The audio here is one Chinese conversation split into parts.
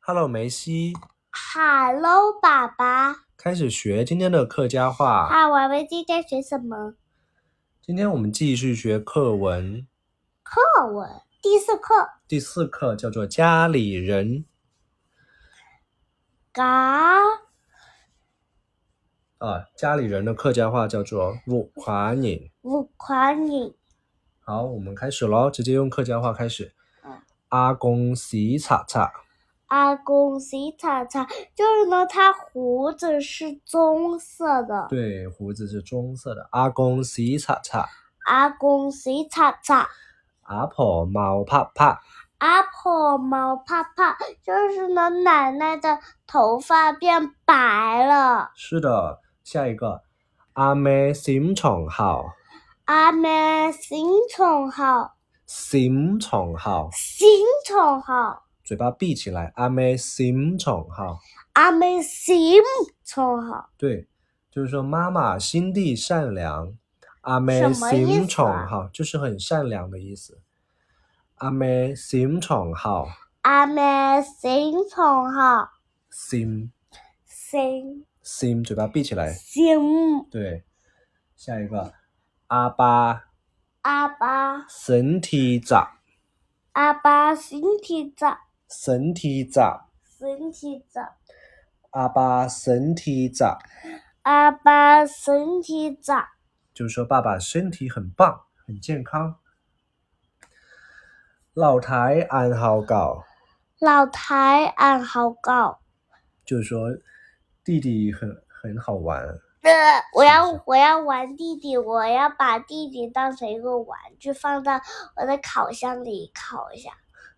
Hello，梅西， Hello，爸爸。开始学今天的客家话。啊，我们今天学什么？今天我们继续学课文，课文。第四课，第四课叫做“家里人嘎”啊，家里人的客家话叫做“五华人五款人。”。好，我们开始喽，直接用客家话开始嗯。阿公洗擦擦，阿公洗擦擦，就是呢，他胡子是棕色的。对，胡子是棕色的。阿公洗擦擦，阿公洗擦擦，阿婆毛啪啪，阿婆毛怕怕，就是呢，奶奶的头发变白了。是的，下一个，阿妹心肠好，阿妹心虫好，心肠好，心虫好，嘴巴闭起来，阿妹心肠好。阿妹心虫好。对，就是说妈妈心地善良，阿妹什么意心思肠啊好，就是很善良的意思。阿妹心肠好，阿妹心从好，心心心嘴巴闭起来。心对，下一个，阿爸阿爸身体咋？阿爸身体咋？身体咋？身体咋？阿爸身体咋？阿爸身体咋？就是说爸爸身体很棒，很健康。老台安好搞。老太俺好高。就是说弟弟很很好玩，呃，我是要不我要玩弟弟，我要把弟弟当成一个玩具放到我的烤箱里烤一下。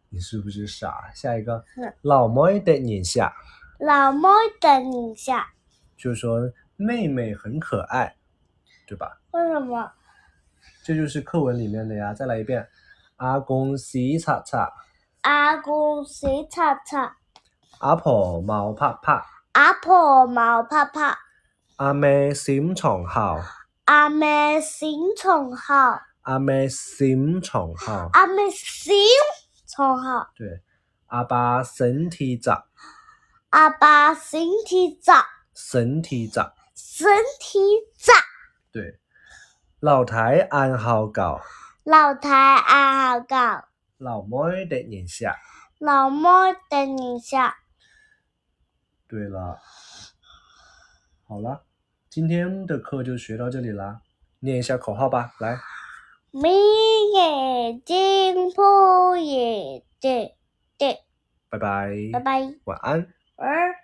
你是不是傻？下一个嗯老妹的眼下，老妹等一下，就是说妹妹很可爱，对吧？为什么？这就是课文里面的呀。再来一遍，阿公洗擦擦，阿公谁擦擦？阿婆毛啪啪，阿婆毛怕怕。阿妹心肠好，阿妹心从好，阿妹心肠好，阿妹心从好，对，阿爸身体咋？阿爸身体咋，身体咋？身体咋，对，老台安好搞，老太爱好搞，老妹的眼下。老莫等一下，对了，好了，今天的课就学到这里啦，念一下口号吧，来，眯眼睛扑眼睛，对，拜拜，拜拜，晚安。晚安。